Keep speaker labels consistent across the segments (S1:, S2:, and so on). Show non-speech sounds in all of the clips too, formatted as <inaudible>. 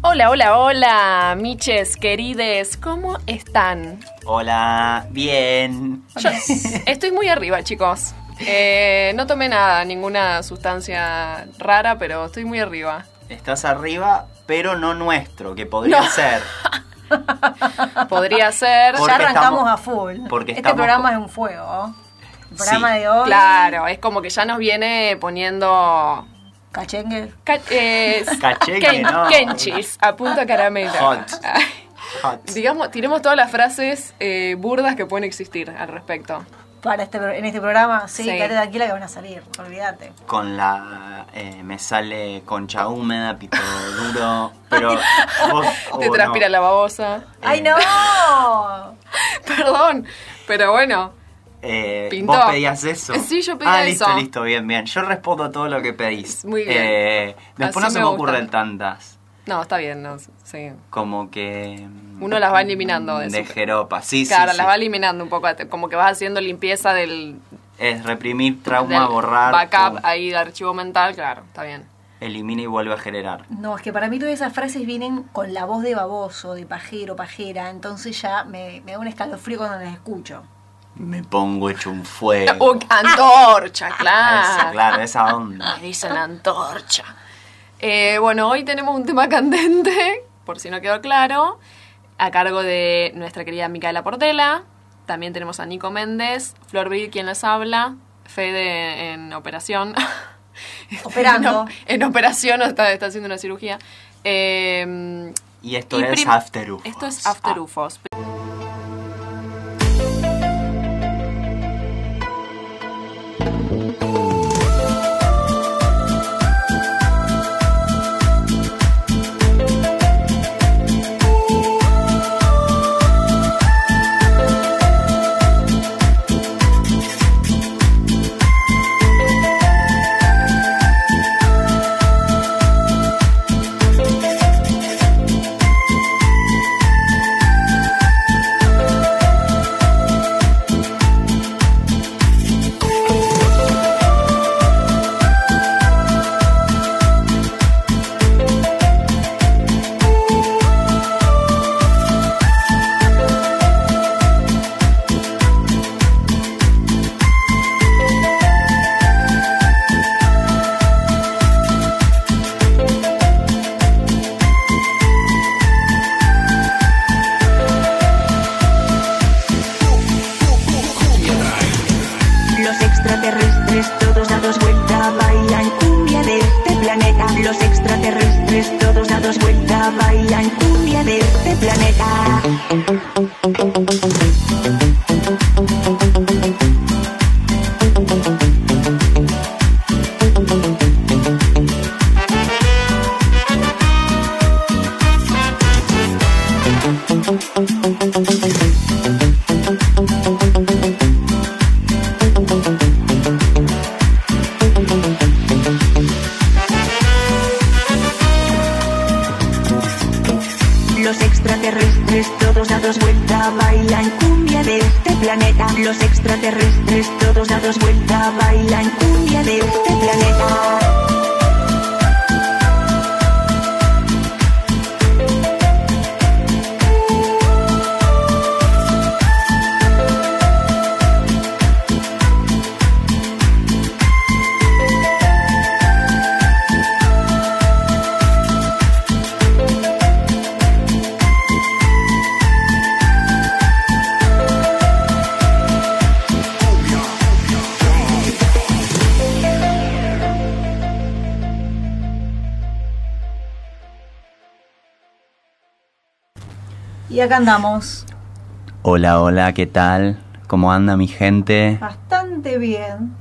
S1: Hola, hola, hola, miches, querides, ¿cómo están?
S2: Hola, bien.
S1: Yo estoy muy arriba, chicos. Eh, no tomé nada, ninguna sustancia rara, pero estoy muy arriba.
S2: Estás arriba, pero no nuestro, que podría
S1: No. <laughs>
S2: ser.
S1: Podría ser.
S2: Porque
S3: ya arrancamos
S2: estamos-
S3: a full.
S2: porque
S3: este
S2: estamos
S3: programa
S2: con-
S3: es un fuego. El programa
S2: Sí,
S3: de hoy.
S1: Claro, es como que ya nos viene poniendo.
S3: Cachengue.
S1: ca- eh,
S2: Cacheque,
S1: ken-
S2: no.
S1: Kenchis, a punta caramelo.
S2: Hot.
S1: Ay,
S2: Hot.
S1: <laughs> Digamos, tiremos todas las frases eh, burdas que pueden existir al respecto.
S3: Para este, pro- en este programa, sí,
S1: Sí.
S3: quédate tranquila que van a salir, olvídate.
S2: Con la. eh, me sale concha húmeda, pito duro.
S1: <laughs>
S2: Pero. vos-
S1: Te
S2: o
S1: transpira
S2: Oh, no.
S1: la babosa. <laughs>
S3: ¡Ay, no!
S1: Perdón, pero bueno.
S2: Eh,
S1: Pintó.
S2: vos pedías eso.
S1: Sí, yo pedí
S2: ah,
S1: eso.
S2: listo, listo, bien, bien. Yo respondo todo lo que pedís.
S1: Muy bien.
S2: Eh,
S1: Así
S2: después no se
S1: me
S2: me
S1: gusta.
S2: ocurren tantas.
S1: No, está bien, no, sí.
S2: Como que. mm,
S1: Uno las va eliminando de
S2: De,
S1: su-
S2: jeropa, sí, sí,
S1: claro,
S2: sí.
S1: las va eliminando un poco, te- como que vas haciendo limpieza del,
S2: Es reprimir, trauma,
S1: del
S2: borrar.
S1: backup
S2: todo.
S1: ahí de archivo mental, claro, está bien.
S2: Elimina y vuelve a generar.
S3: No, es que para mí todas esas frases vienen con la voz de baboso, de pajero, pajera, entonces ya me, me da un escalofrío cuando las escucho.
S2: Me pongo hecho
S1: <laughs>
S2: un fuego.
S1: Oh,
S2: <laughs>
S1: antorcha,
S2: Esa,
S1: claro.
S2: claro, esa onda.
S1: Nos dicen antorcha. Eh, bueno, hoy tenemos un tema <laughs> candente, por si no quedó claro, a cargo de nuestra querida Micaela Portela. También tenemos a Nico Méndez, Flor Bril, quien les habla, Fede en operación. <laughs>
S3: Operando.
S1: En, en operación, o está, está haciendo una cirugía. Eh,
S2: Y esto
S1: Y
S2: es
S1: prim-
S2: After Ufos.
S1: esto es After UFOs.
S4: Los extraterrestres todos a dos vueltas bailan cumbia de este planeta. Los extraterrestres todos a dos vueltas bailan cumbia de este planeta. Los extraterrestres todos a dos vueltas bailan cumbia de este planeta. Los extraterrestres todos a dos vueltas bailan cumbia de este planeta.
S3: Y acá andamos,
S2: Hola, hola, ¿qué tal? ¿Cómo anda mi gente?
S3: bastante bien.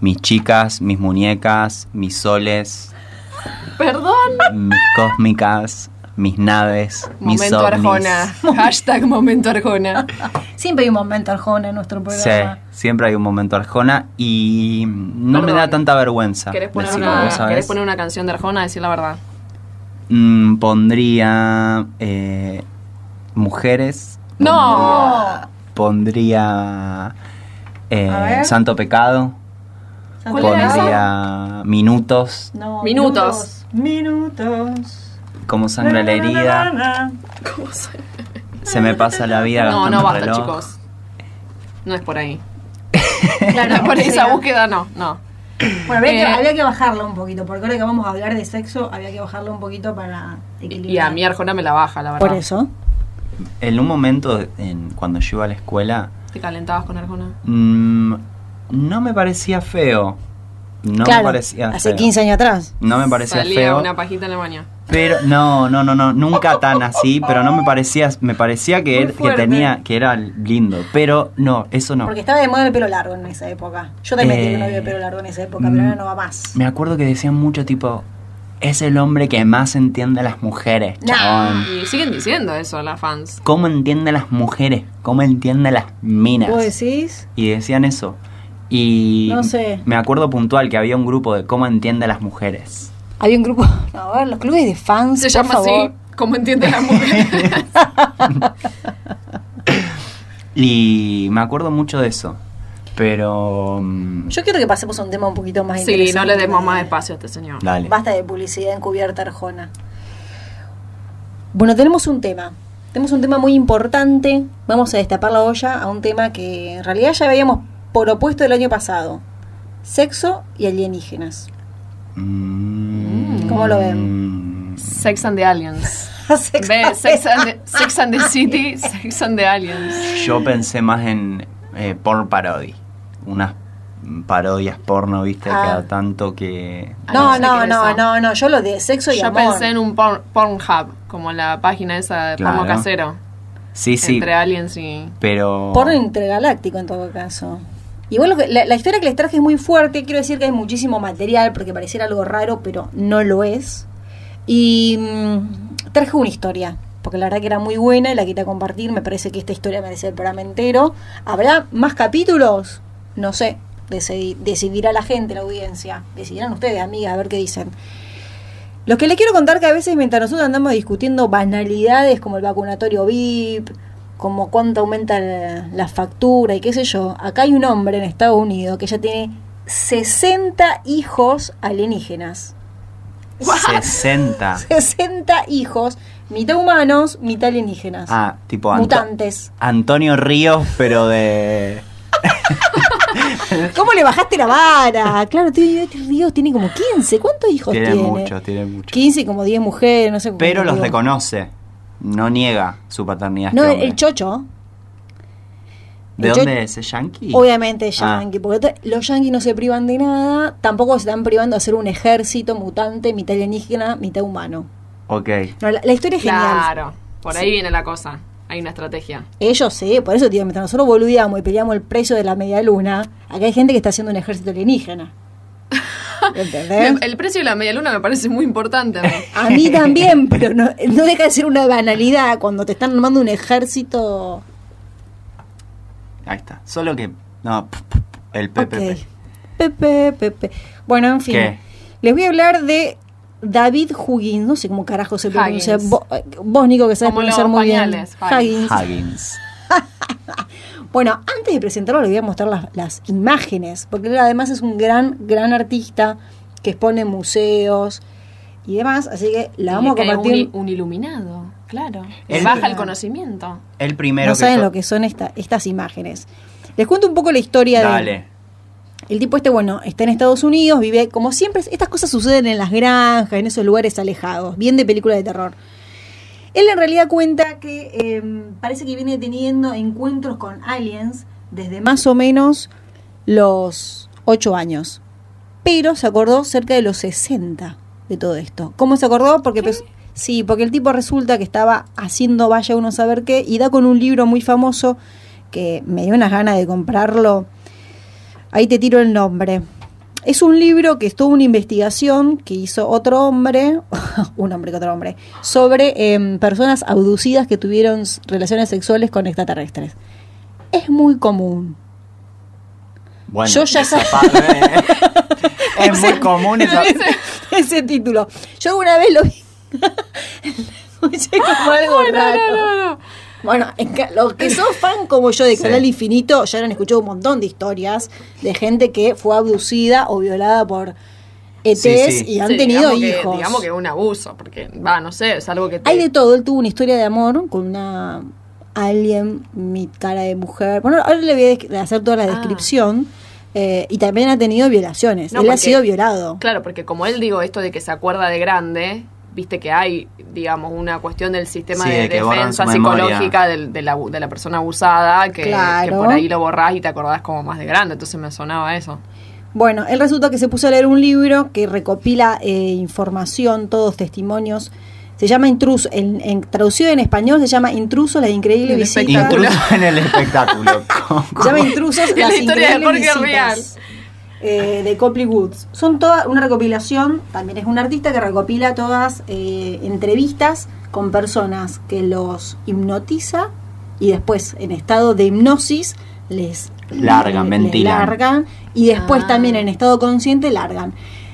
S2: Mis chicas, mis muñecas, mis soles,
S1: Perdón.
S2: mis cósmicas, mis naves, mis
S1: Momento
S2: ovnis.
S1: Arjona. <laughs> Hashtag momento Arjona.
S3: Siempre hay un momento Arjona en nuestro
S2: Sí,
S3: programa.
S2: siempre hay un momento Arjona y no me
S1: Perdón.
S2: da tanta vergüenza.
S1: ¿Querés poner,
S2: decirlo,
S1: una,
S2: ¿vos sabés?
S1: querés poner una canción de Arjona? Decir la verdad.
S2: Mm, pondría eh, mujeres.
S1: No.
S2: Pondría eh,
S3: A ver.
S2: Santo Pecado.
S1: ¿Cuál era
S2: Pondría Minutos.
S3: No,
S1: Minutos.
S3: Minutos.
S2: Como sangra la herida,
S1: ¿Cómo soy?
S2: se me pasa la vida
S1: No,
S2: gastando
S1: no basta,
S2: reloj.
S1: chicos. No es por ahí. <laughs>
S3: Claro, <laughs>
S5: <laughs>
S1: por
S3: o
S1: esa
S3: sea,
S1: búsqueda no, no.
S3: Bueno, había, que,
S1: Eh,
S3: había que bajarla un poquito, porque ahora que vamos a hablar de sexo, había que bajarla un poquito para equilibrar.
S1: Y a mi Arjona me la baja, la verdad.
S3: Por eso.
S2: En un momento, en- cuando yo iba a la escuela,
S1: ¿Te calentabas con Arjona?
S2: mm, no me parecía feo. No me parecía
S5: hace
S2: feo.
S5: 15 años atrás.
S2: No me parecía
S1: Salía
S2: feo.
S1: una pajita en la baño.
S2: Pero no, no, no, no, nunca tan así, pero no me parecía, me parecía que,
S1: Muy
S2: er- que
S1: fuerte.
S2: tenía, que era lindo, pero no, eso no.
S3: Porque estaba de moda el pelo largo en esa época. Yo también
S2: Eh,
S3: tenía un novio de pelo largo en esa época, pero
S2: mm,
S3: ahora no va más.
S2: Me acuerdo que decían mucho tipo, es el hombre que más entiende a las mujeres, chabón.
S1: Y siguen diciendo eso las fans.
S2: ¿Cómo entiende a las mujeres? ¿Cómo entiende a las minas?
S5: ¿Vos decís?
S2: Y decían eso. Y
S5: No sé.
S2: me acuerdo puntual que había un grupo de cómo entiende a las mujeres.
S5: Había un grupo. <laughs> A ver, los clubes de fans.
S1: Se
S5: por
S1: llama
S5: favor.
S1: así, como entienden las mujeres.
S3: <laughs>
S2: Y me acuerdo mucho de eso. Pero... mm,
S3: Yo quiero que pasemos a un tema un poquito más
S1: sí, no
S3: interesante.
S1: le demos más espacio a este señor.
S2: Dale.
S3: Basta de publicidad encubierta, Arjona. Bueno, tenemos un tema. Tenemos un tema muy importante. Vamos a destapar la olla a un tema que en realidad ya habíamos propuesto el año pasado. Sexo y alienígenas. <laughs>
S2: Mm.
S3: ¿Cómo lo ven?
S2: Mm.
S1: Sex and the Aliens.
S3: Sexo
S1: Ve, Sex
S3: y-
S1: and the, Sex and the
S5: <laughs>
S1: City, Sex and the Aliens.
S2: Yo pensé más en eh, porn parody. Unas mm, parodias porno, viste,
S3: Ah.
S2: cada tanto que...
S3: No,
S1: Ah, no
S3: no,
S1: sé qué
S3: no,
S1: es eso.
S3: no, no, yo lo de sexo y
S1: Yo
S3: amor.
S1: pensé en un porn, Pornhub, como la página esa de porno
S2: Claro.
S1: casero.
S2: Sí, sí,
S1: Entre aliens y...
S2: pero...
S3: Porno intergaláctico en todo caso. Igual lo que- la, la historia que les traje es muy fuerte, quiero decir que hay muchísimo material porque pareciera algo raro, pero no lo es. Y mm, traje una historia, porque la verdad que era muy buena y la quería compartir, me parece que esta historia merece el programa entero. ¿Habrá más capítulos? No sé, decidi- decidirá la gente, la audiencia, decidirán ustedes, amigas, a ver qué dicen. Lo que les quiero contar que a veces mientras nosotros andamos discutiendo banalidades como el vacunatorio VIP, como cuánto aumenta la, la factura y qué sé yo, acá hay un hombre en Estados Unidos que ya tiene 60 hijos alienígenas.
S5: <laughs>
S2: 60.
S3: 60 hijos, mitad humanos, mitad alienígenas.
S2: Ah, tipo Anto-
S3: Mutantes.
S2: Antonio Ríos, pero de...
S5: ¿Cómo le bajaste
S2: <laughs>
S5: la vara? Claro, tiene,
S3: este
S5: Dios tiene como 15. ¿Cuántos hijos
S2: Tiene
S5: tiene?
S2: mucho, tiene mucho.
S5: 15 y como 10 mujeres, no sé cómo.
S2: Pero los
S5: digo.
S2: reconoce. No niega su paternidad.
S5: No,
S2: este
S5: el,
S2: hombre.
S5: el chocho,
S2: ¿De
S5: el cho-
S2: dónde es? ¿Es yankee?
S5: obviamente
S2: Ah.
S5: yankee, porque te- los yankees no se privan de nada, tampoco se están privando de hacer un ejército mutante, mitad alienígena, mitad humano.
S2: Ok.
S5: No, la, la historia es genial.
S1: Claro, por ahí viene la cosa. Hay una estrategia.
S5: Ellos sí, por eso, tío, mientras nosotros boludeamos y peleamos el precio de la media luna, acá hay gente que está haciendo un ejército alienígena. ¿Entendés?
S1: Me- El precio de la media luna me parece muy importante. a mí.
S5: A mí también, pero no, no deja de ser una banalidad cuando te están armando un ejército.
S2: Ahí está. Solo que... No, p- p- p- el PPP.
S5: Ok. Pepe, Pepe. Bueno, en fin.
S2: ¿Qué?
S5: Les voy a hablar de David Huggins. No sé cómo carajo se pronuncia.
S1: Huggins.
S5: Vo- Vos, Nico, que sabes
S1: Como
S5: pronunciar
S1: los
S5: muy bien.
S1: pañales,
S5: Huggins.
S1: Huggins.
S2: Huggins.
S5: Bueno, antes de presentarlo les voy a mostrar las, las imágenes, porque él además es un gran, gran artista que expone en museos y demás, así que la vamos a
S1: Que un,
S5: compartir. Ah.
S1: i- un iluminado, claro.
S2: El-
S1: Baja el conocimiento.
S2: El primero
S5: No
S2: que
S5: saben
S2: yo-
S5: lo que son esta- estas imágenes. Les cuento un poco la historia de...
S2: Dale.
S5: El tipo este, bueno, está en Estados Unidos, vive, como siempre, estas cosas suceden en las granjas, en esos lugares alejados, bien de película de terror.
S3: Él en realidad cuenta que eh,
S5: em,
S3: parece que viene teniendo encuentros con aliens desde más...
S5: Más o menos los 8 años. Pero se acordó cerca de los 60 de todo esto. ¿Cómo se acordó? Porque pes- sí, porque el tipo resulta que estaba haciendo vaya uno saber qué y da con un libro muy famoso que me dio unas ganas de comprarlo. Ahí te tiro el nombre. Es un libro que es toda una investigación que hizo otro hombre, <laughs> un hombre que otro hombre, sobre em, personas abducidas que tuvieron s- relaciones sexuales con extraterrestres. Es muy común.
S2: Bueno,
S5: Yo ya
S2: esa
S5: sab-
S2: parte-
S5: <laughs>
S2: es muy común esa...
S5: Ese título. Yo alguna vez lo vi. <laughs> Escuché
S1: <laughs>
S5: como algo raro. Bueno, en ca- los que son fan como yo de
S2: Sí.
S5: Canal Infinito ya han escuchado un montón de historias de gente que fue abducida o violada por ETs
S2: Sí, sí.
S5: y han
S1: Sí,
S5: tenido
S1: digamos que-
S5: hijos.
S1: digamos que es un abuso, porque, va, no sé, es algo que te-
S5: Hay de todo, él tuvo una historia de amor con una alien, mi cara de mujer. Bueno, ahora le voy a des- hacer toda la
S1: Ah.
S5: descripción. eh, y también ha tenido violaciones.
S1: No,
S5: él ha
S1: porque-
S5: sido violado.
S1: Claro, porque como él digo esto de que se acuerda de grande, viste que hay, digamos, una cuestión del sistema
S2: Sí,
S1: de,
S2: de que borran
S1: defensa
S2: su
S1: psicológica
S2: memoria.
S1: del- de, la, de la persona abusada, que,
S5: Claro.
S1: que por ahí lo borrás y te acordás como más de grande, entonces me sonaba eso.
S5: Bueno, él resulta que se puso a leer un libro que recopila eh, información, todos testimonios. Se llama Intruso, en, en- traducido en español se llama Intruso, la increíble
S1: El
S5: visita.
S1: espectáculo.
S2: Intruso en el espectáculo.
S5: Se llama Intrusos,
S1: <laughs> La
S5: las
S1: historia de
S5: increíbles
S1: Jorge
S5: visitas,
S1: Rial.
S5: eh, de Copley Woods. Son toda una recopilación, también es un artista que recopila todas eh, entrevistas con personas que los hipnotiza y después en estado de hipnosis les
S2: Largan,
S5: le- le
S2: ventilan.
S5: largan y después
S1: Ah.
S5: también en estado consciente largan.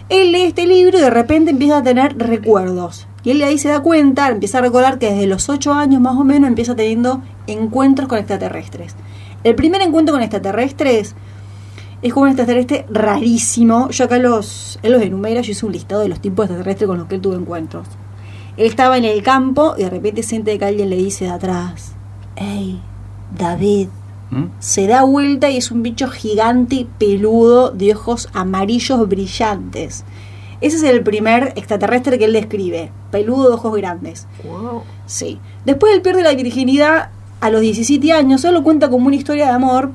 S5: Él lee este libro y de repente empieza a tener recuerdos. Y él ahí se da cuenta, empieza a recordar que desde los 8 años más o menos empieza teniendo encuentros con extraterrestres. El primer encuentro con extraterrestres es como un extraterrestre rarísimo. Yo acá los, él los enumera, yo hice un listado de los tipos de extraterrestres con los que él tuvo encuentros. Él estaba en el campo y de repente siente que alguien le dice de atrás, hey, David,
S2: ¿Mm?
S5: se da vuelta y es un bicho gigante, peludo, de ojos amarillos brillantes. Ese es el primer extraterrestre que él describe, peludo de ojos grandes.
S1: Wow.
S5: Sí. Después él pierde la virginidad a los 17 años, solo cuenta como una historia de amor,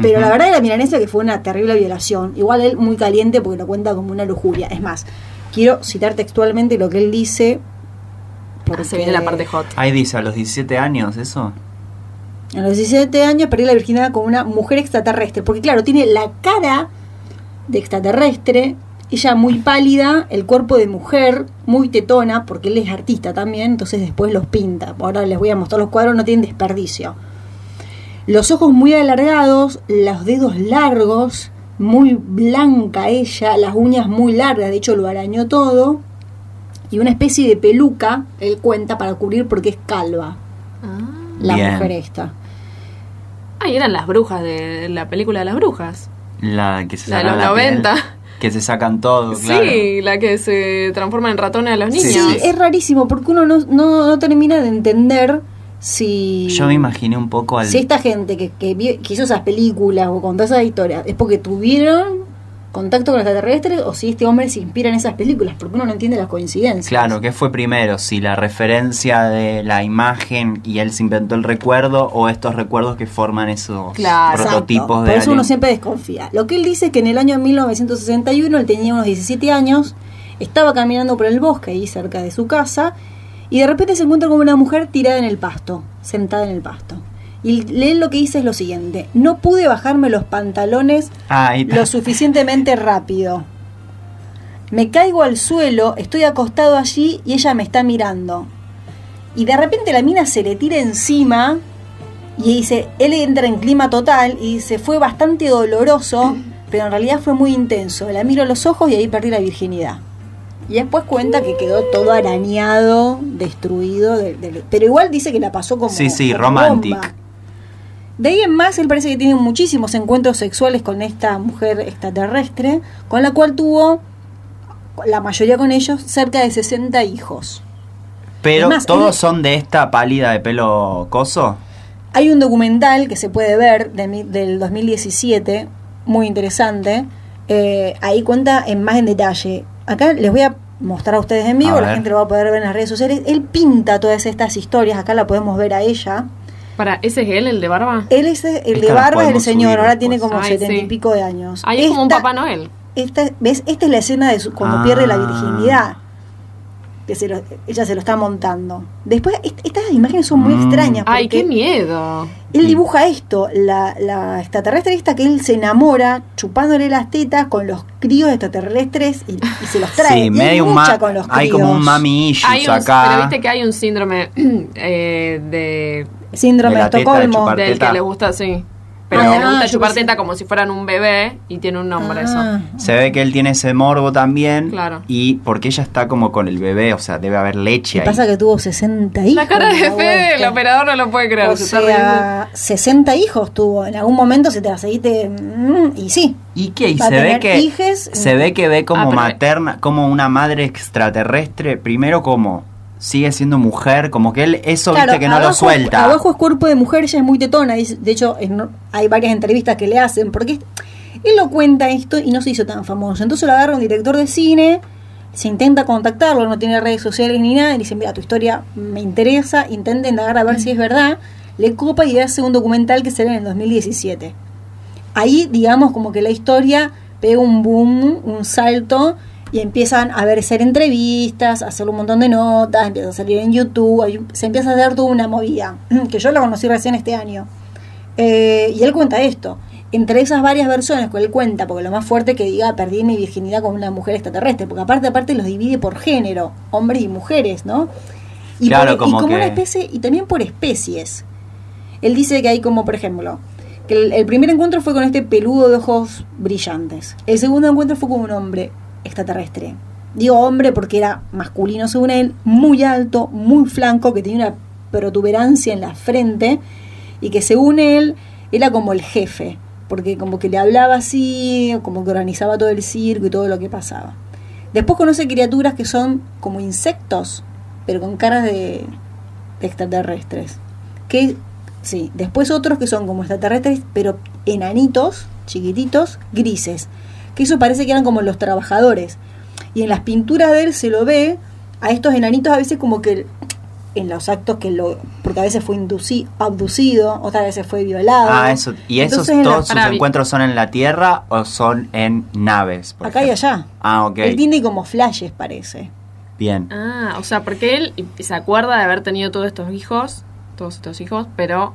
S5: pero la
S2: Ujú.
S5: verdad de la milanesa que fue una terrible violación. Igual él muy caliente porque lo cuenta como una lujuria. Es más, quiero citar textualmente lo que él dice.
S1: Ahora Ah, se viene la parte hot.
S2: Ahí dice, a los 17 años, eso.
S5: A los 17 años perdí la virginidad con una mujer extraterrestre, porque claro, tiene la cara de extraterrestre, ella muy pálida, el cuerpo de mujer, muy tetona, porque él es artista también, entonces después los pinta. Ahora les voy a mostrar los cuadros, no tienen desperdicio. Los ojos muy alargados, los dedos largos, muy blanca ella, las uñas muy largas, de hecho lo arañó todo, y una especie de peluca, él cuenta para cubrir porque es calva, la
S2: Bien.
S5: mujer esta.
S1: Ah, y eran las brujas de la película de las brujas.
S2: La que se
S1: La de
S2: sacan
S1: los
S2: la piel,
S1: 90.
S2: que se sacan todo, Oh, claro.
S1: Sí, la que se transforma en ratones a los niños.
S5: Sí,
S2: Sí, sí.
S5: es rarísimo porque uno no, no- no termina de entender si.
S2: Yo me imaginé un poco al...
S5: Si esta gente que, que vi- que hizo esas películas o contó esas historias es porque tuvieron contacto con extraterrestres o si este hombre se inspira en esas películas, porque uno no entiende las coincidencias.
S2: Claro, ¿qué fue primero? Si la referencia de la imagen y él se inventó el recuerdo o estos recuerdos que forman esos
S1: Claro.
S5: Exacto.
S2: prototipos
S5: Por
S2: de
S5: eso uno
S2: alien?
S5: siempre desconfía. Lo que él dice es que en el año 1961 él tenía unos 17 años, estaba caminando por el bosque ahí cerca de su casa y de repente se encuentra con una mujer tirada en el pasto, sentada en el pasto. Y él lo que dice es lo siguiente, no pude bajarme los pantalones
S2: Ah, ahí está.
S5: lo suficientemente rápido. Me caigo al suelo, estoy acostado allí y ella me está mirando. Y de repente la mina se le tira encima y dice, él entra en clima total y dice, fue
S2: <clears throat>
S5: bastante doloroso, pero en realidad fue muy intenso. La miro a los ojos y ahí perdí la virginidad. Y después cuenta que quedó todo arañado, destruido, de- de- pero igual dice que la pasó como...
S2: Sí, sí,
S5: como
S2: romantic.
S5: bomba. De ahí en más, él parece que tiene muchísimos encuentros sexuales con esta mujer extraterrestre, con la cual tuvo, la mayoría con ellos, cerca de 60 hijos.
S2: Pero
S5: Es más,
S2: todos
S5: él-
S2: son de esta pálida de pelo coso.
S5: Hay un documental que se puede ver de mi- del 2017, muy interesante. eh, ahí cuenta en más en detalle. Acá les voy a mostrar a ustedes en vivo,
S2: A
S5: la
S2: ver.
S5: gente lo va a poder ver en las redes sociales. Él pinta todas estas historias, acá la podemos ver a ella.
S1: Para, ¿ese es él, el de barba?
S5: Él es el de
S2: Esta la
S5: barba, es el
S2: podemos
S5: señor,
S2: subir
S5: ahora tiene
S2: después.
S5: como
S1: Ay,
S5: setenta
S1: sí.
S5: y pico de años.
S1: Ahí es como un
S5: Esta-
S1: Papá Noel.
S5: Esta, ¿Ves? Esta es la escena de su- cuando
S2: Ah.
S5: pierde la virginidad. Que se lo- ella se lo está montando. Después, est- estas imágenes son muy
S2: Mm.
S5: extrañas.
S1: Ay,
S5: Ah, porque
S1: qué miedo.
S5: Él dibuja esto, la, la extraterrestre esta que él se enamora chupándole las tetas con los críos extraterrestres y, y se los trae. Y
S2: sí,
S5: él
S2: medio un
S5: lucha
S2: ma-
S5: con los críos.
S2: Hay como un mami issues
S1: Hay un-
S2: acá.
S1: Pero viste que hay un síndrome <clears throat> eh, de
S5: Síndrome
S2: de
S5: de
S2: la teta de
S5: Estocolmo.
S2: chupar.
S1: del
S2: Parteta.
S1: que le gusta, sí. Pero
S5: Ah,
S1: le gusta
S5: yo
S1: chupar
S5: pensé-
S1: teta como si fueran un bebé y tiene un nombre
S5: Ah.
S1: eso.
S2: Se ve que él tiene ese morbo también.
S1: Claro.
S2: Y porque ella está como con el bebé, o sea, debe haber leche
S5: ¿Qué
S2: ahí.
S5: pasa que tuvo 60 hijos?
S1: La cara de
S5: la
S1: Fede, el
S5: vuelta.
S1: operador no lo puede creer.
S5: O
S1: se está riendo.
S5: sea, 60 hijos tuvo. En algún momento se te la seguiste. mm, Y sí.
S2: ¿Y qué? Y
S5: Va a
S2: se ve
S5: tener
S2: que
S5: hijes.
S2: se ve que ve
S1: Ah,
S2: como
S1: pero-
S2: materna, como una madre extraterrestre, primero como sigue siendo mujer, como que él eso
S5: Claro,
S2: viste que no lo
S5: abajo-
S2: suelta.
S5: Abajo es cuerpo de mujer, ella es muy tetona. dice- De hecho, en- hay varias entrevistas que le hacen, porque es- él lo cuenta esto y no se hizo tan famoso. Entonces lo agarra un director de cine, se intenta contactarlo, no tiene redes sociales ni nada, y le dicen, mira, tu historia me interesa, intenta indagar a ver si es verdad. Le copa y hace un documental que será en el 2017. Ahí, digamos, como que la historia pega un boom, un salto, y empiezan a ver hacer entrevistas, a hacer un montón de notas, empieza a salir en YouTube, hay un- se empieza a dar toda una movida, <clears throat> que yo la conocí recién este año. Eh, y él cuenta esto. Entre esas varias versiones que él cuenta, porque lo más fuerte es que diga, perdí mi virginidad con una mujer extraterrestre, porque aparte, aparte los divide por género, hombres y mujeres, ¿no? Y,
S2: Claro,
S5: por- e, y
S2: como
S5: como una
S2: que-
S5: especie, y también por especies. Él dice que hay como, por ejemplo, que el, el primer encuentro fue con este peludo de ojos brillantes. El segundo encuentro fue con un hombre extraterrestre. Digo hombre porque era masculino según él, muy alto, muy flanco, que tenía una protuberancia en la frente y que según él era como el jefe, porque como que le hablaba así, como que organizaba todo el circo y todo lo que pasaba. Después conoce criaturas que son como insectos, pero con caras de, de extraterrestres. Que, sí, después otros que son como extraterrestres, pero enanitos, chiquititos, grises. Que eso parece que eran como los trabajadores. Y en las pinturas de él se lo ve a estos enanitos a veces como que en los actos que lo... Porque a veces fue induci- abducido, otras veces fue violado.
S2: Ah, eso. ¿Y esos
S5: Entonces, en la-
S2: todos sus
S1: Pará, vi-
S2: encuentros son en la Tierra o son en naves? por
S5: Acá y
S2: ejemplo?
S5: allá.
S2: Ah, ok.
S5: Él tiene como flashes, parece.
S2: Bien.
S1: Ah, o sea, porque él y- se acuerda de haber tenido todos estos hijos, todos estos hijos, pero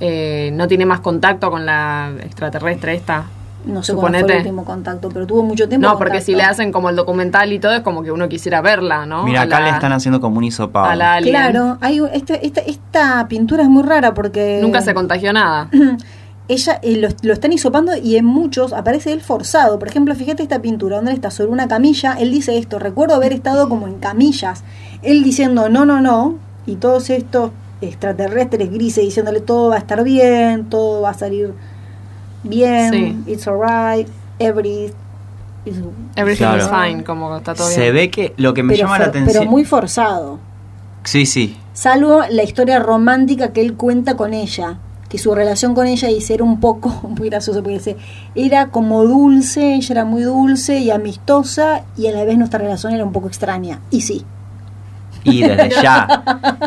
S1: eh, no tiene más contacto con la extraterrestre esta.
S5: No sé cuándo fue
S1: Suponete.
S5: el último contacto, pero tuvo mucho tiempo.
S1: No, porque si le
S5: contacto.
S1: hacen como el documental y todo, es como que uno quisiera verla, ¿no? A
S2: Mira, acá
S1: la-
S2: le están haciendo como un hisopado.
S1: a la alien.
S5: Claro, hay un- este- esta, esta pintura es muy rara porque.
S1: Nunca se contagió nada.
S5: Ella eh, lo, lo están hisopando y en muchos aparece él forzado. Por ejemplo, fíjate esta pintura donde él está sobre una camilla. Él dice esto: Recuerdo haber estado como en camillas. Él diciendo no, no, no. Y todos estos extraterrestres grises diciéndole todo va a estar bien, todo va a salir bien,
S1: Sí.
S5: it's alright, every. is-
S1: Everything
S2: Claro.
S1: is fine, como está todo
S2: Se
S1: bien.
S2: ve que lo que me
S5: pero
S2: llama la
S5: for-
S2: atención.
S5: pero muy forzado.
S2: Sí, sí.
S5: Salvo la historia romántica que él cuenta con ella, que su relación con ella dice era un poco, <laughs> muy gracioso, porque dice, era como dulce, ella era muy dulce y amistosa, y a la vez nuestra relación era un poco extraña. Y sí.
S2: Y
S5: <laughs>
S2: desde ya.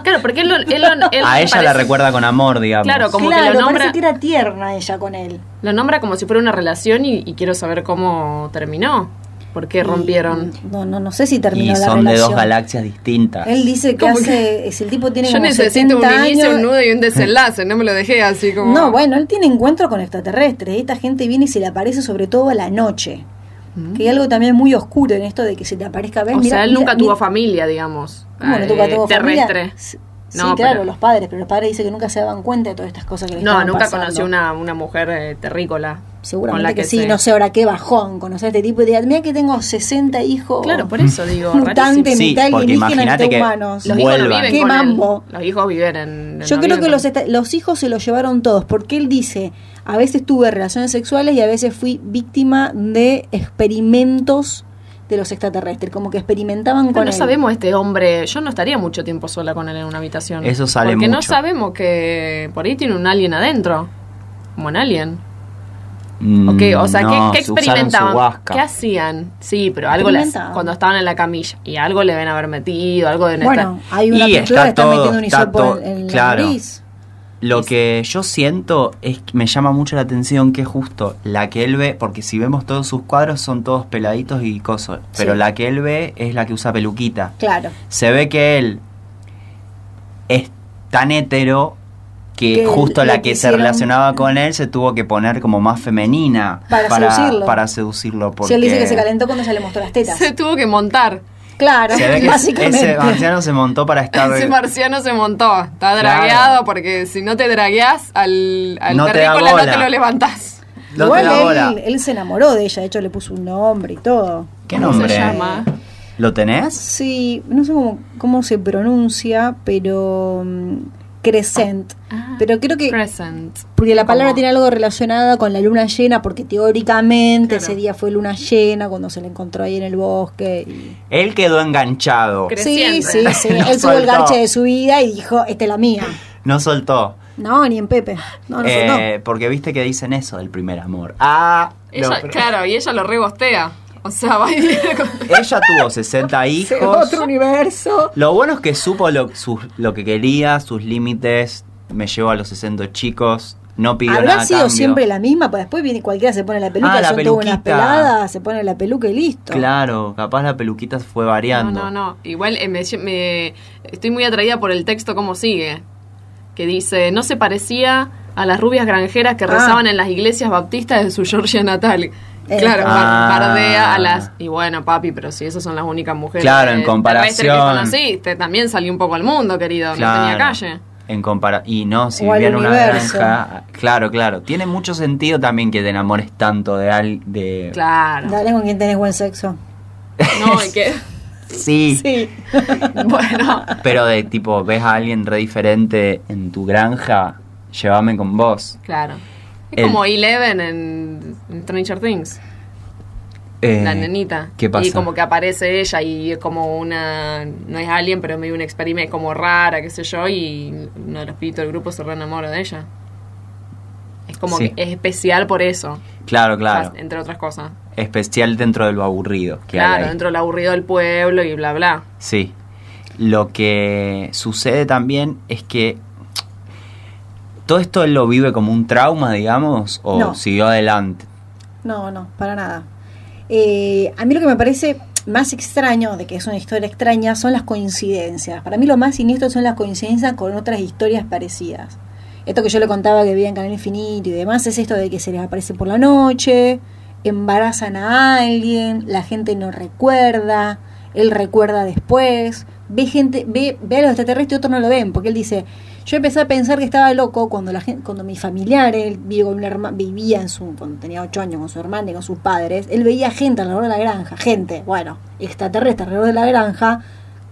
S1: Claro, porque él, lo- él lo- él
S2: A ella la
S1: parece-
S2: recuerda con amor, digamos.
S1: Claro, como- que lo
S5: claro,
S1: nombra-
S5: parece que era tierna ella con él.
S1: Lo nombra como si fuera una relación y, y quiero saber cómo terminó. ¿Por qué
S5: Y-
S1: rompieron?
S5: No, no, no sé si terminó
S2: Y
S5: la
S2: son de dos
S5: relación.
S2: galaxias distintas.
S5: Él dice que
S1: ¿Cómo
S5: hace,
S1: que?
S5: es el tipo tiene
S1: Yo
S5: como
S1: necesito
S5: 70
S1: un inicio,
S5: años.
S1: un nudo y un desenlace. No me lo dejé así como.
S5: No, bueno, él tiene encuentro con extraterrestres. Esta gente viene y se le aparece sobre todo a la noche. Que hay algo también muy oscuro en esto de que se te aparezca a ver.
S1: O
S5: mira,
S1: Mm. sea, él
S5: mira,
S1: nunca
S5: mira-
S1: tuvo familia, digamos.
S5: ¿Cómo no
S1: eh,
S5: nunca tuvo familia?
S1: terrestre.
S5: Sí,
S1: No,
S5: claro,
S1: pero-
S5: los padres, pero los padres dicen que nunca se daban cuenta de todas estas cosas que le
S1: No,
S5: estaban
S1: nunca
S5: pasando.
S1: conoció una, una mujer eh, terrícola.
S5: Seguramente
S1: con la
S5: que,
S1: que
S5: sí,
S1: se-
S5: no sé ahora qué bajón conocer a este tipo y diga, mira que tengo 60 hijos
S1: Claro, por eso digo. rarísimo.
S5: mutantes,
S2: Sí,
S5: mitad
S2: porque
S5: alienígenas,
S2: imagínate
S5: mitad
S2: que
S5: humanos.
S1: Los hijos no
S2: Vuelvan.
S1: viven
S5: Qué
S1: con él.
S5: mambo.
S1: Los hijos viven en.
S5: Yo
S1: no
S5: creo
S1: viven
S5: que
S1: con-
S5: los, esta- los hijos se los llevaron todos, porque él dice, a veces tuve relaciones sexuales y a veces fui víctima de experimentos de los extraterrestres, como que experimentaban
S1: Pero
S5: con
S1: no
S5: él.
S1: sabemos este hombre. Yo no estaría mucho tiempo sola con él en una habitación.
S2: Eso sale
S1: Porque no
S2: mucho.
S1: sabemos que por ahí tiene un alien adentro. Como un alien.
S2: Mm,
S1: Ok, o sea,
S2: no,
S1: ¿qué, qué
S2: se usaron su
S1: experimentaban?
S2: huasca.
S1: ¿Qué hacían? Sí, pero algo las-
S5: Experimentaban.
S1: cuando estaban en la camilla. Y algo le deben haber metido, algo de
S5: Bueno, hay una
S2: Y
S5: pintura
S2: está
S5: que está
S2: todo,
S5: metiendo un
S2: está
S5: hisopo
S2: todo,
S5: en, en
S2: claro.
S5: la nariz.
S2: Lo que yo siento es que me llama mucho la atención que es justo la que él ve, porque si vemos todos sus cuadros son todos peladitos y cosos, pero
S5: Sí.
S2: la que él ve es la que usa peluquita.
S5: Claro.
S2: Se ve que él es tan hetero que,
S5: Que
S2: justo
S5: le
S2: la que se
S5: quisieron-
S2: relacionaba con él se tuvo que poner como más femenina
S5: Para seducirlo.
S2: para seducirlo,
S5: Si él dice que se
S2: porque-
S5: calentó cuando se le mostró las tetas.
S1: Se tuvo que montar.
S5: Claro, <laughs>
S2: Se ve que
S5: básicamente.
S2: ese marciano se montó
S5: <laughs>
S2: para estar.
S1: Ese marciano se montó, está dragueado porque si no te dragueas al, al
S2: No te da
S1: terrícola no
S2: bola.
S1: te lo levantás.
S2: No te
S5: Igual
S2: da bola.
S5: él, él se enamoró de ella, de hecho le puso un nombre y todo.
S2: ¿Qué
S1: ¿Cómo
S2: nombre?
S1: se llama?
S2: ¿Lo tenés?
S5: Ah, Sí, no sé cómo, cómo se pronuncia, pero mm, Crescent. Pero creo que
S1: Ah, Crescent.
S5: porque la palabra
S1: Como-
S5: tiene algo relacionada con la luna llena, porque teóricamente
S1: Claro.
S5: ese día fue luna llena cuando se la encontró ahí en el bosque. y-
S2: Él quedó enganchado.
S1: Cre-
S5: Sí,
S1: Creciente.
S2: <laughs>
S5: sí, sí.
S2: No
S5: Él tuvo el
S2: soltó.
S5: garche de su vida y dijo, esta es la mía.
S2: No soltó.
S5: No, ni en Pepe. No, no,
S2: Eh,
S5: no.
S2: Porque viste que dicen eso del primer amor. Ah,
S1: Ella,
S2: no, pero-
S1: Claro, y ella lo rebostea. O sea, <laughs> va y viene con-
S2: ella tuvo
S5: <laughs>
S2: 60
S5: Sí,
S2: hijos.
S5: Otro universo.
S2: Lo bueno es que supo lo, sus- lo que quería, sus límites. Me llevó a los 60 chicos. No pidió nada.
S5: Habrá
S2: a
S5: sido
S2: cambio.
S5: siempre la misma, pues después viene cualquiera, se pone la peluca,
S2: Ah, la
S5: son todas unas
S2: peluquita.
S5: peladas, se pone la peluca y listo.
S2: Claro, capaz la peluquita fue variando.
S1: No, no, no. Igual eh, me, lle- me- estoy muy atraída por el texto como sigue. Que dice, no se parecía a las rubias granjeras que
S5: Ah.
S1: rezaban en las iglesias baptistas de su Georgia natal.
S5: Eh.
S1: Claro,
S2: Ah.
S1: bardea a las... Y bueno, papi, pero si esas son las únicas mujeres
S2: Claro, en
S1: eh, terrestres
S2: comparación.
S1: que conociste, también salí un poco al mundo, querido,
S2: Claro.
S1: no tenía calle.
S2: En compara y no, si
S5: O al
S2: vivía en una
S5: universo.
S2: granja. Claro, claro. Tiene mucho sentido también que te enamores tanto de al de
S1: Claro.
S5: Dale con quien tenés buen sexo.
S1: No, y que... <laughs>
S2: Sí,
S5: Sí.
S1: Bueno,
S2: pero de tipo ves a alguien re diferente en tu granja, llévame con vos.
S1: claro. Es
S2: El-
S1: como Eleven en, en Stranger Things.
S2: Eh,
S1: la nenita.
S2: ¿Qué pasa?
S1: Y como que aparece ella y es como una. No es alien, pero es medio un experimento como rara, qué sé yo, y uno de los pibitos del grupo se reenamora de ella. Es como
S2: Sí.
S1: que es especial por eso.
S2: Claro,
S1: o sea,
S2: claro.
S1: entre otras cosas.
S2: Especial dentro de lo aburrido que hay
S1: Claro,
S2: ahí.
S1: dentro del aburrido del pueblo y bla, bla.
S2: Sí. Lo que sucede también es que todo esto él lo vive como un trauma, digamos, o
S5: No.
S2: siguió
S5: <laughs>
S2: adelante.
S5: No, no, para nada. Eh, a mí lo que me parece más extraño de que es una historia extraña son las coincidencias. Para mí lo más siniestro son las coincidencias con otras historias parecidas. Esto que yo le contaba que vivía en Canal Infinito y demás es esto de que se les aparece por la noche, embarazan a alguien, la gente no recuerda, él recuerda después, ve gente, ve, ve a los extraterrestres y otros no lo ven, porque él dice, yo empecé a pensar que estaba loco cuando la gente, cuando mis familiares, él vivía, con una herma- vivía en su, cuando tenía ocho años con su hermana y con sus padres, él veía gente alrededor de la granja, gente, bueno, extraterrestre alrededor de la granja,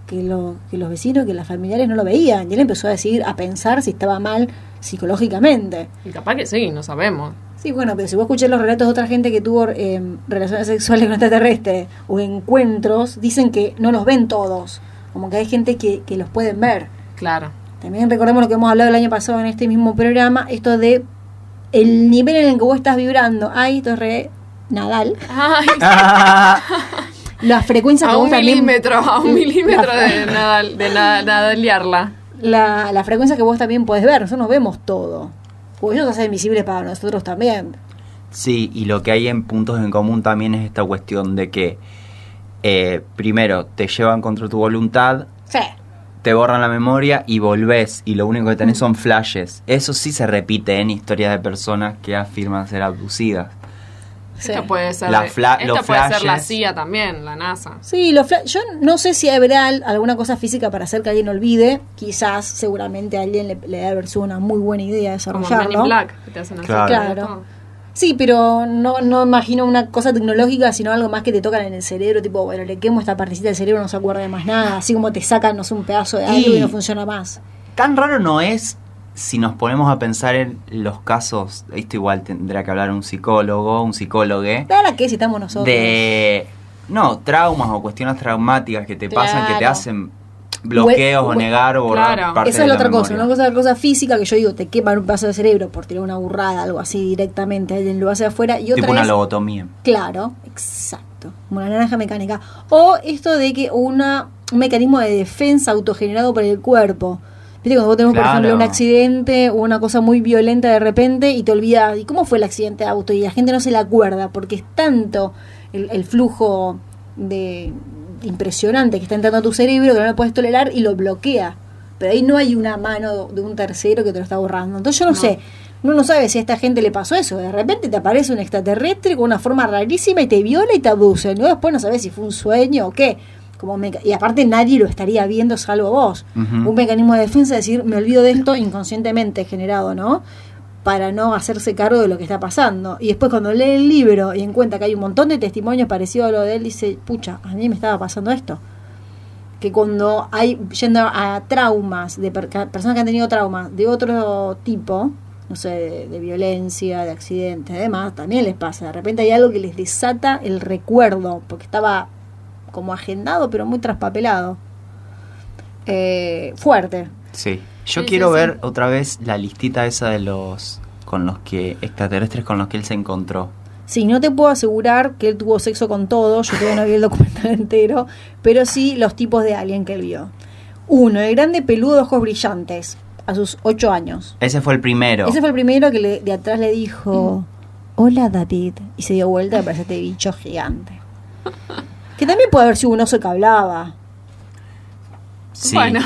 S5: que, lo, que los vecinos, que las familiares no lo veían, y él empezó a decir, a pensar si estaba mal psicológicamente.
S1: Y capaz que sí, no sabemos.
S5: Sí, bueno, pero si vos escuchás los relatos de otra gente que tuvo em, relaciones sexuales con extraterrestres o encuentros, dicen que no los ven todos, como que hay gente que, que los pueden ver.
S1: Claro.
S5: También recordemos lo que hemos hablado el año pasado en este mismo programa, esto de el nivel en el que vos estás vibrando. Ay, esto es re Nadal.
S1: Ay,
S5: Las frecuencias
S1: a
S5: que vos
S1: un
S5: también-
S1: milímetro, a un milímetro
S5: <laughs> La-
S1: de nada, de nada, nadalearla.
S5: <laughs> la, la frecuencia que vos también podés ver. Nosotros no vemos todo. O ellos hacen visibles para nosotros también.
S2: Sí, y lo que hay en puntos en común también es esta cuestión de que, eh, primero, te llevan contra tu voluntad,
S5: Sí.
S2: te borran la memoria y volvés, y lo único que tenés son flashes. Eso sí se repite en historias de personas que afirman ser abducidas.
S5: sí.
S1: Esto puede ser.
S2: La
S1: de-
S2: fla-
S1: esto
S2: los
S1: puede ser la
S2: flashes.
S1: CIA también, la NASA.
S5: Sí, los fla- yo no sé si habrá al- alguna cosa física para hacer que alguien olvide. Quizás, seguramente a alguien le, le debe haber sido una muy buena idea
S1: Como Men
S5: desarrollarlo.
S1: in Black, que te hacen así.
S2: Claro.
S5: Claro.
S1: ¿no?
S5: Sí, pero no, no imagino una cosa tecnológica, sino algo más que te tocan en el cerebro, tipo, bueno, le quemo esta partecita del cerebro, no se acuerda de más nada, así como te sacan, no sé, un pedazo de algo y,
S2: Y-
S5: no funciona más.
S2: Tan raro no es si nos ponemos a pensar en los casos, esto igual tendrá que hablar un psicólogo, un psicólogo,
S5: ¿Para qué si estamos nosotros?
S2: de no traumas o cuestiones traumáticas que te pasan que te
S5: Claro.
S2: hacen bloqueos
S5: Hue-
S2: o
S5: hue-
S2: negar o borrar
S1: Claro.
S2: parte
S5: Esa es
S2: de
S5: la otra cosa,
S2: memoria.
S5: una cosa, cosa física que yo digo, te queman un pedazo de cerebro por tirar una burrada, algo así directamente, alguien lo hace afuera, y
S2: tipo
S5: otra
S2: una
S5: es-
S2: lobotomía.
S5: Claro, exacto. Como la naranja mecánica. O esto de que una, un mecanismo de defensa autogenerado por el cuerpo. Viste, cuando vos tenés, por
S2: Claro.
S5: ejemplo, un accidente o una cosa muy violenta de repente y te olvidas, ¿y cómo fue el accidente de auto? Y la gente no se la acuerda porque es tanto el, el flujo de impresionante que está entrando a tu cerebro que no lo puedes tolerar y lo bloquea. Pero ahí no hay una mano de un tercero que te lo está borrando. Entonces yo no, sé, uno no sabe si a esta gente le pasó eso. De repente te aparece un extraterrestre con una forma rarísima y te viola y te abduce. ¿no? Después no sabes si fue un sueño o qué. como meca- y aparte nadie lo estaría viendo salvo vos.
S2: Ujú.
S5: Un mecanismo de defensa es decir, me olvido de esto inconscientemente generado, ¿no? Para no hacerse cargo de lo que está pasando. Y después cuando lee el libro y encuentra que hay un montón de testimonios parecidos a lo de él, dice, pucha, a mí me estaba pasando esto. Que cuando hay, yendo a traumas, de per- ca- personas que han tenido traumas de otro tipo, no sé, de, de violencia, de accidentes, además, también les pasa. De repente hay algo que les desata el recuerdo, porque estaba como agendado, pero muy traspapelado. Eh, fuerte.
S2: Sí. Yo
S1: Sí,
S2: quiero
S1: sí,
S2: ver
S1: sí.
S2: otra vez la listita esa de los con los que extraterrestres con los que él se encontró.
S5: Sí, no te puedo asegurar que él tuvo sexo con todo, yo todavía no vi el documental <laughs> entero, pero sí los tipos de alien que él vio. Uno, el grande peludo de ojos brillantes, a sus ocho años.
S2: Ese fue el primero.
S5: Ese fue el primero que le- de atrás le dijo, hola David, y se dio vuelta y apareció este bicho gigante. Que también puede haber sido un oso que hablaba.
S2: Sí. <laughs>
S1: Bueno,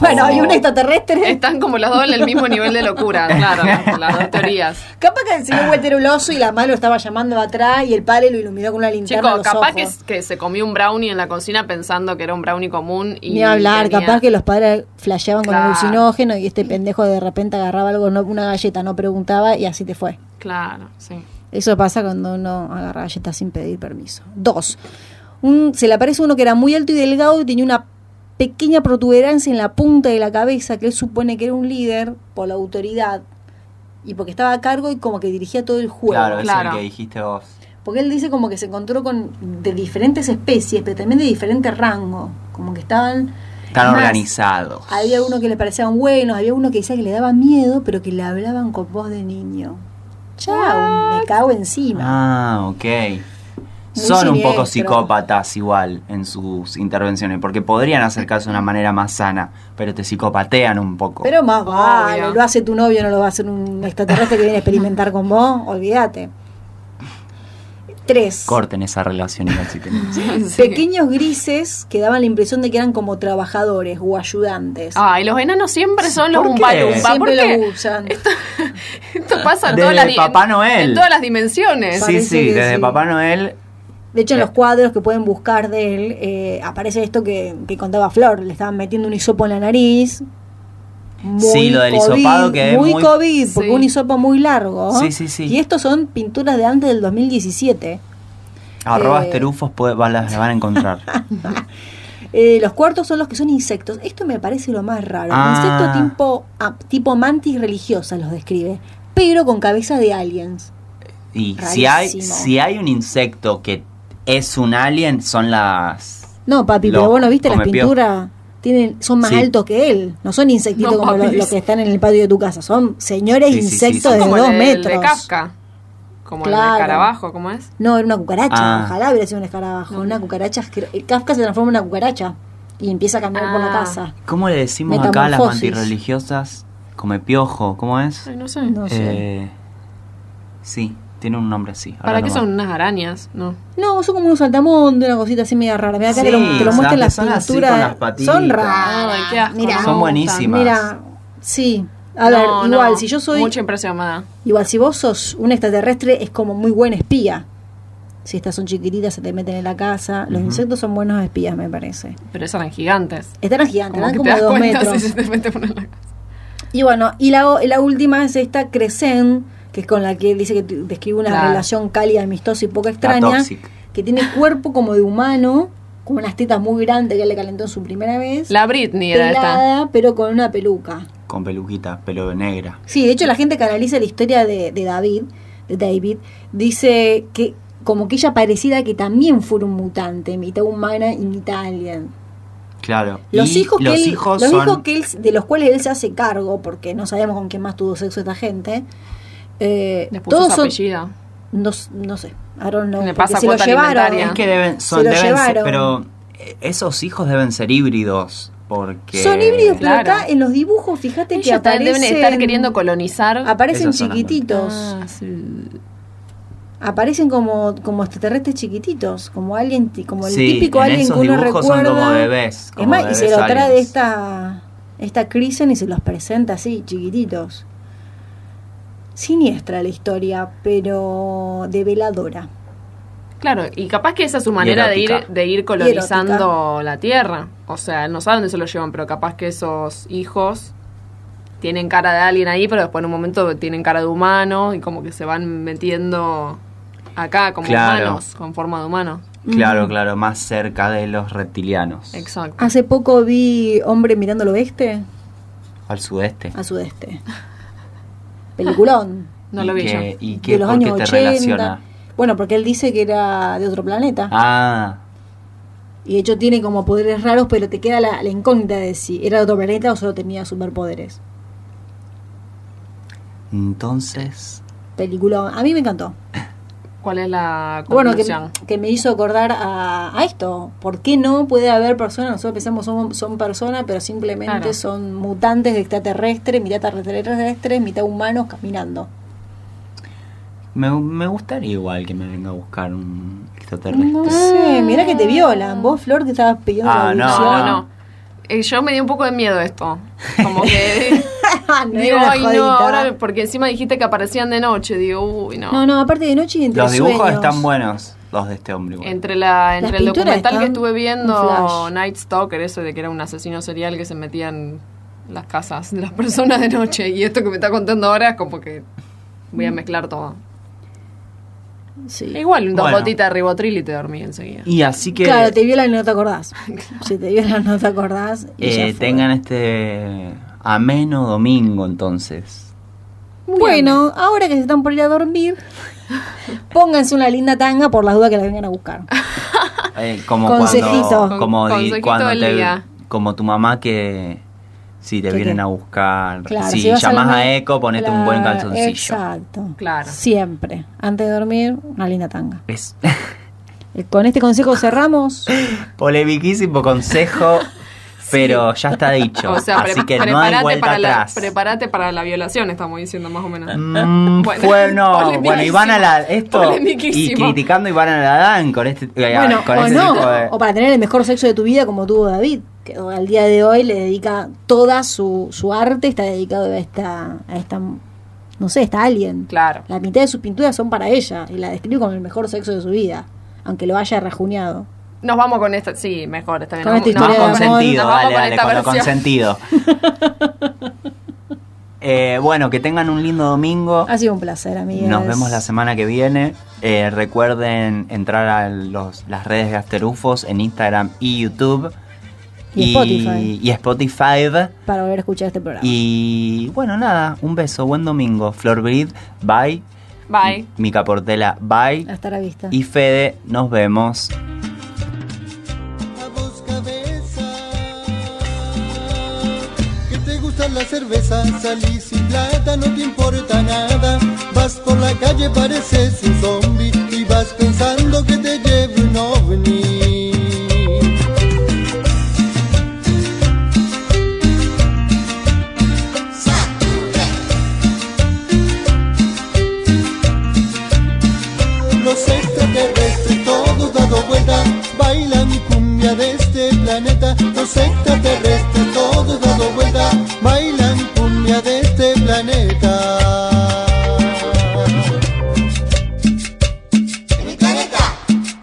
S5: Bueno, hay
S2: Oh.
S5: un extraterrestre.
S1: están como los dos en el mismo nivel de
S2: <laughs>
S1: locura, claro, las, las dos teorías.
S5: Capaz que el señor Walter era un oso y la madre lo estaba llamando de atrás y el padre lo iluminó con una linterna. en
S1: Chicos,
S5: los
S1: capaz que,
S5: ojos.
S1: que se comió un brownie en la cocina pensando que era un brownie común y.
S5: Ni hablar,
S1: tenía-
S5: capaz que los padres flasheaban
S1: Claro.
S5: con alucinógeno y este pendejo de repente agarraba algo, no- una galleta, no preguntaba y así te fue.
S1: Claro,
S5: <laughs>
S1: sí.
S5: Eso pasa cuando uno agarra galletas sin pedir permiso. Dos, un, se le aparece uno que era muy alto y delgado y tenía una pequeña protuberancia en la punta de la cabeza que él supone que era un líder por la autoridad y porque estaba a cargo y como que dirigía todo el juego.
S2: claro, es el
S1: Claro.
S2: que dijiste vos.
S5: Porque él dice como que se encontró con de diferentes especies, pero también de diferente rango. Como que estaban...
S2: Están
S5: Más,
S2: organizados.
S5: Había uno que le parecían buenos, había uno que decía que le daba miedo, pero que le hablaban con voz de niño. Chao, me cago encima.
S2: Ah, ok. Son un
S5: siniestro.
S2: poco psicópatas igual en sus intervenciones, porque podrían acercarse de una manera más sana, pero te psicopatean un poco.
S5: Pero más vale,
S1: Obvio.
S5: lo hace tu novio, no lo va a hacer un extraterrestre que viene a experimentar con vos, olvídate. Tres.
S2: Corten esa relación igual si
S5: <laughs>
S2: tenés.
S1: Sí.
S5: Pequeños grises que daban la impresión de que eran como trabajadores o ayudantes.
S1: Ay, los enanos siempre son los
S2: ¿Por qué?
S1: umpalumpa. Ah, ¿Por
S5: Siempre
S1: qué?
S5: lo usan.
S1: Esto pasa en
S2: Desde
S1: todas las di-
S2: Papá
S1: en-
S2: Noel.
S1: En todas las dimensiones.
S2: Sí,
S5: Parece
S2: sí,
S5: que
S2: desde
S5: sí.
S2: Papá Noel.
S5: De hecho, en
S2: Eh.
S5: los cuadros que pueden buscar de él, eh, aparece esto que, que contaba Flor, le estaban metiendo un hisopo en la nariz. Muy
S2: Sí, lo del hisopado que es
S5: muy,
S2: muy-
S5: COVID, porque
S1: Sí.
S5: un hisopo muy largo.
S2: Sí, sí, sí.
S5: Y estos son pinturas de antes del 2017.
S2: Arroba
S5: Eh.
S2: esterufos, puede- va- las van a
S5: <laughs>
S2: encontrar.
S5: Eh, los cuartos son los que son insectos. Esto me parece lo más raro.
S2: Ah.
S5: Insectos tipo, ah, tipo mantis religiosa los describe, pero con cabeza de aliens.
S2: Y si hay,
S5: Rarísimo.
S2: si hay un insecto que es un alien, son las...
S5: No, papi,
S2: Lo
S5: pero vos no viste las
S2: comepió.
S5: pinturas. Tienen, son más
S2: Sí.
S5: altos que él. No son insectitos
S1: No,
S5: como lo- los
S1: papi.
S5: que están en el patio de tu casa. Son señores
S2: Sí, sí, sí,
S5: insectos
S2: son
S5: de
S1: Como el
S5: dos
S1: de- el de
S5: metros.
S1: Kafka. Como el
S5: Claro.
S1: de Carabajo, ¿cómo es?
S5: No, era una cucaracha.
S2: Ah.
S5: Ojalá hubiera sido un escarabajo. Una cucaracha. asquer- el Kafka se transforma en una cucaracha y empieza a caminar por la
S1: Ah.
S5: casa.
S2: ¿Cómo le decimos acá a las
S5: Metamorfosis.
S2: mantirreligiosas? Come piojo, ¿cómo es?
S1: Ay, no sé.
S5: No sé.
S2: Eh, sí, tiene un nombre así. ahora
S1: ¿Para
S2: no
S1: qué
S2: me-
S1: son unas arañas? No.
S5: No, son como unos saltamondos, una cosita así media rara. Mirá, acá te
S2: Sí,
S5: lo, te lo muestran
S2: las
S5: las
S2: que son así
S5: pinturas.
S2: con las patitas.
S5: son
S1: Ay,
S5: raras.
S1: qué asco,
S5: Ah, Mirá,
S1: no me
S2: Son
S1: gustan.
S2: buenísimas.
S5: mirá. Sí. A ver,
S1: No,
S5: igual,
S1: no,
S5: si yo soy.
S1: Mucha impresión me da.
S5: Igual, si vos sos un extraterrestre, es como muy buen espía. Si estas son chiquititas, se te meten en la casa. Los insectos son buenos espías, me parece.
S1: Pero esas eran gigantes.
S5: Estarán gigantes,
S1: Como
S5: dan
S1: que
S5: como
S1: te das
S5: dos
S1: cuenta
S5: metros.
S1: si se te mete una en la casa.
S5: Y bueno, y la, o- la última es esta Crescent, que es con la que dice que t- describe una
S1: Claro.
S5: relación cálida, amistosa y poco
S2: Está
S5: extraña.
S2: tóxica.
S5: Que tiene cuerpo como de humano, con unas tetas muy grandes que él le calentó en su primera vez.
S1: La Britney era esta.
S5: pelada, pero con una peluca.
S2: Con peluquita, pelo negra.
S5: Sí, de hecho la gente que analiza la historia de, de David, de David, dice que como que ella pareciera que también fue un mutante, mitad humana y mitad alien.
S2: Claro.
S5: Los
S2: Y
S5: hijos que
S2: los
S5: él,
S2: hijos
S5: los
S2: son-
S5: hijos que él- de los cuales él se hace cargo, porque no sabemos con quién más tuvo sexo esta gente. eh,
S1: Les puso
S5: todos
S1: su
S5: son,
S1: apellido.
S5: no, s- no sé, I don't know,
S1: Le
S5: porque
S1: pasa
S5: se lo
S1: cuota
S5: llevaron.
S1: alimentaria.
S2: Es que deben, son,
S5: Se lo
S2: deben ser-
S5: llevaron.
S2: pero eh, esos hijos deben ser híbridos, porque...
S5: Son híbridos, pero
S1: Claro.
S5: acá en los dibujos, fíjate que
S1: Ellos también
S5: aparecen,
S1: deben estar queriendo colonizar.
S5: aparecen
S2: Esas son las
S5: chiquititos.
S1: Ah, sí.
S5: aparecen como, como extraterrestres chiquititos, como alguien, como el
S2: Sí,
S5: típico
S2: en
S5: alien
S2: esos
S5: que uno
S2: dibujos
S5: recuerda.
S2: son como bebés, como
S5: es más, y se
S2: bebés
S5: lo trae de
S2: aliens.
S5: esta esta Krisen y se los presenta así, chiquititos. Siniestra la historia, pero develadora.
S1: Claro, y capaz que esa es su manera de ir,
S2: erótica.
S1: de ir colonizando la tierra. O sea, no saben dónde se lo llevan, pero capaz que esos hijos tienen cara de alguien ahí, pero después en un momento tienen cara de humano y como que se van metiendo acá como
S2: Claro.
S1: humanos, con forma de humano.
S2: Claro, claro, más cerca de los reptilianos.
S1: Exacto.
S5: Hace poco vi Hombre mirando al oeste,
S2: Al sudeste.
S5: a sudeste. Peliculón.
S1: No
S2: ¿Y
S1: lo vi
S2: qué-
S1: yo.
S2: <laughs> ¿Y
S5: de
S2: qué?
S5: los
S2: ¿Por qué
S5: años
S2: te
S5: 80.
S2: relaciona?
S5: Bueno, porque él dice que era de otro planeta.
S2: Ah,
S5: Y de hecho tiene como poderes raros, pero te queda la, la incógnita de si era de otro planeta o solo tenía superpoderes.
S2: entonces.
S5: Película. A mí me encantó.
S1: ¿Cuál es la
S5: Bueno, que,
S1: conclusión?
S5: que me hizo acordar a, a esto. ¿Por qué no puede haber personas? Nosotros pensamos son, son personas, pero simplemente
S1: Claro.
S5: son mutantes de extraterrestres, mitad extraterrestres, mitad humanos caminando.
S2: Me, me gustaría igual que me venga a buscar un extraterrestre.
S5: No sé, Este, mirá que te violan. Vos, Flor, que estabas pidiendo
S2: Ah,
S5: la
S2: no,
S5: adopción.
S1: no, no. Eh, yo me dio un poco de miedo esto. Como que...
S5: <laughs>
S1: <laughs>
S5: Ah, <laughs> no,
S1: digo,
S5: era una
S1: ay no,
S5: jodita".
S1: ahora... Porque encima dijiste que aparecían de noche. Digo, uy,
S5: No, no, aparte de noche y entre
S2: Los dibujos
S5: sueños.
S2: están buenos, los de este hombre. igual.
S1: Entre, la,
S5: Las
S1: entre el
S5: pinturas
S1: documental que
S5: están
S1: estuve viendo,
S5: un flash.
S1: Night Stalker, eso de que era un asesino serial que se metía en las casas de las personas de noche, y esto que me está contando ahora es como que voy
S5: Mm.
S1: a mezclar todo.
S5: Sí.
S1: Igual, dos
S2: Bueno.
S1: gotitas de ribotril y te dormí enseguida.
S2: Y así que
S5: Claro, te violan y no te
S2: <laughs>
S5: acordás. si te violan no te acordás. y
S2: eh,
S5: ya fue.
S2: tengan este ameno domingo
S5: <laughs>
S2: entonces.
S1: Muy
S5: Bueno, ahora que se están por ir
S2: <laughs>
S5: a dormir, pónganse una linda tanga por las dudas que la vengan a buscar.
S2: Eh, como
S5: Consejito.
S2: cuando, como, di-
S1: Consejito
S2: cuando
S1: del
S2: te-
S1: día.
S2: como tu mamá que si te
S5: ¿Qué,
S2: vienen
S5: qué?
S2: a buscar,
S5: Claro,
S2: si,
S5: vas
S2: llamás
S5: la-
S2: a Eco, ponete un buen
S5: Claro,
S2: calzoncillo.
S5: Exacto.
S1: Claro.
S5: Siempre. Antes de dormir, una linda tanga.
S2: Es <laughs>
S5: Eh, Con este consejo cerramos.
S2: Eh, polemiquísimo
S5: <laughs>
S2: consejo, pero ya está dicho.
S1: O sea,
S2: así
S1: pre-
S2: que no hay
S1: preparate,
S2: vuelta
S1: para la,
S2: atrás.
S1: preparate para la violación, estamos diciendo más o menos.
S2: Mm,
S1: Bueno,
S5: <laughs>
S2: fue no,
S1: polemiquísimo.
S2: bueno, Iván a la esto y
S1: Polemiquísimo.
S2: criticando a Iván Aladán con este eh,
S5: bueno,
S2: con
S5: o
S2: ese
S5: no.
S2: tipo de-
S5: O para tener el mejor sexo de tu vida como tuvo David, que al día de hoy le dedica toda su, su arte, está dedicado a esta, a esta, no sé, esta alien.
S1: Claro.
S5: La mitad de sus pinturas son para ella y la describe como el mejor sexo de su vida, aunque lo haya rajuneado.
S1: Nos vamos con esta, sí, mejor, está bien.
S5: Con
S1: nos-
S5: esta
S1: nos
S2: más
S5: historia
S1: vamos
S5: de amor.
S2: consentido,
S1: nos vamos
S2: dale,
S1: con
S2: dale,
S1: esta
S2: con lo
S1: versión.
S2: consentido.
S5: <laughs>
S2: Eh, bueno, que tengan un lindo domingo.
S5: Ha sido un placer, amigas.
S2: Nos vemos la semana que viene. Eh, recuerden entrar a los- las redes de Asterufos en Instagram y YouTube.
S5: Y Spotify.
S2: y Spotify.
S5: Para volver a escuchar este programa.
S2: Y bueno, nada, un beso, buen domingo. Florbrid, bye.
S1: Bye.
S2: Mica Portela, bye.
S5: Hasta la vista.
S2: Y Fede, nos vemos.
S6: a vos cabeza que te gustan las cervezas salís sin plata no te importa nada vas por la calle pareces un zombie y vas pensando que te lleve un ovni Los extraterrestres todos dando vuelta Bailan cumbia de este planeta Los extraterrestres todos dando vuelta Bailan cumbia de este planeta
S7: En mi planeta,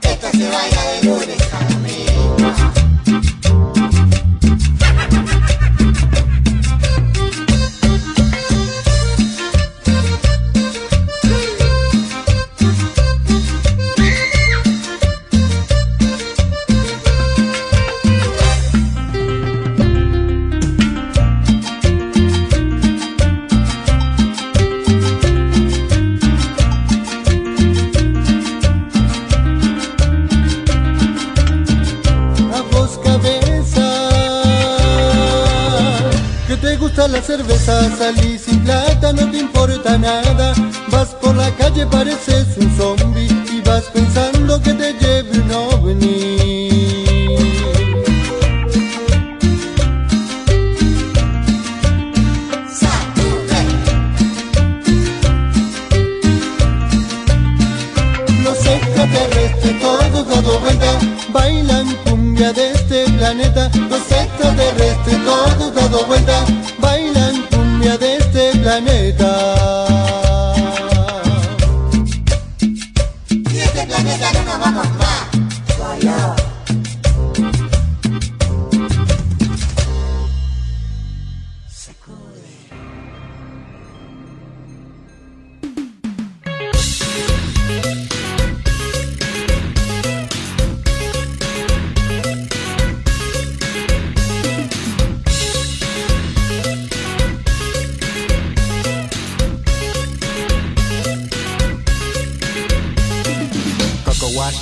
S7: esto se baila de lunes a domingo.
S6: A vos cabeza Que te gusta la cerveza Salí sin plata, no te importa nada Vas por la calle, pareces un zombie Y vas pensando que te lleve un ovni Los extraterrestres todos dando vuelta Bailan cumbia de este planeta Los extraterrestres todos dando vuelta Bailan cumbia de este planeta
S7: Y este planeta no nos va a
S8: Wash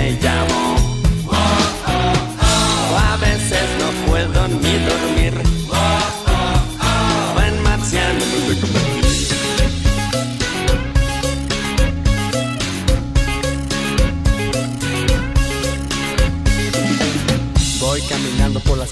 S8: llamo. Oh, oh, oh. A veces no puedo ni dormir. Oh, oh, oh. En marciano me convertí. Voy caminando por las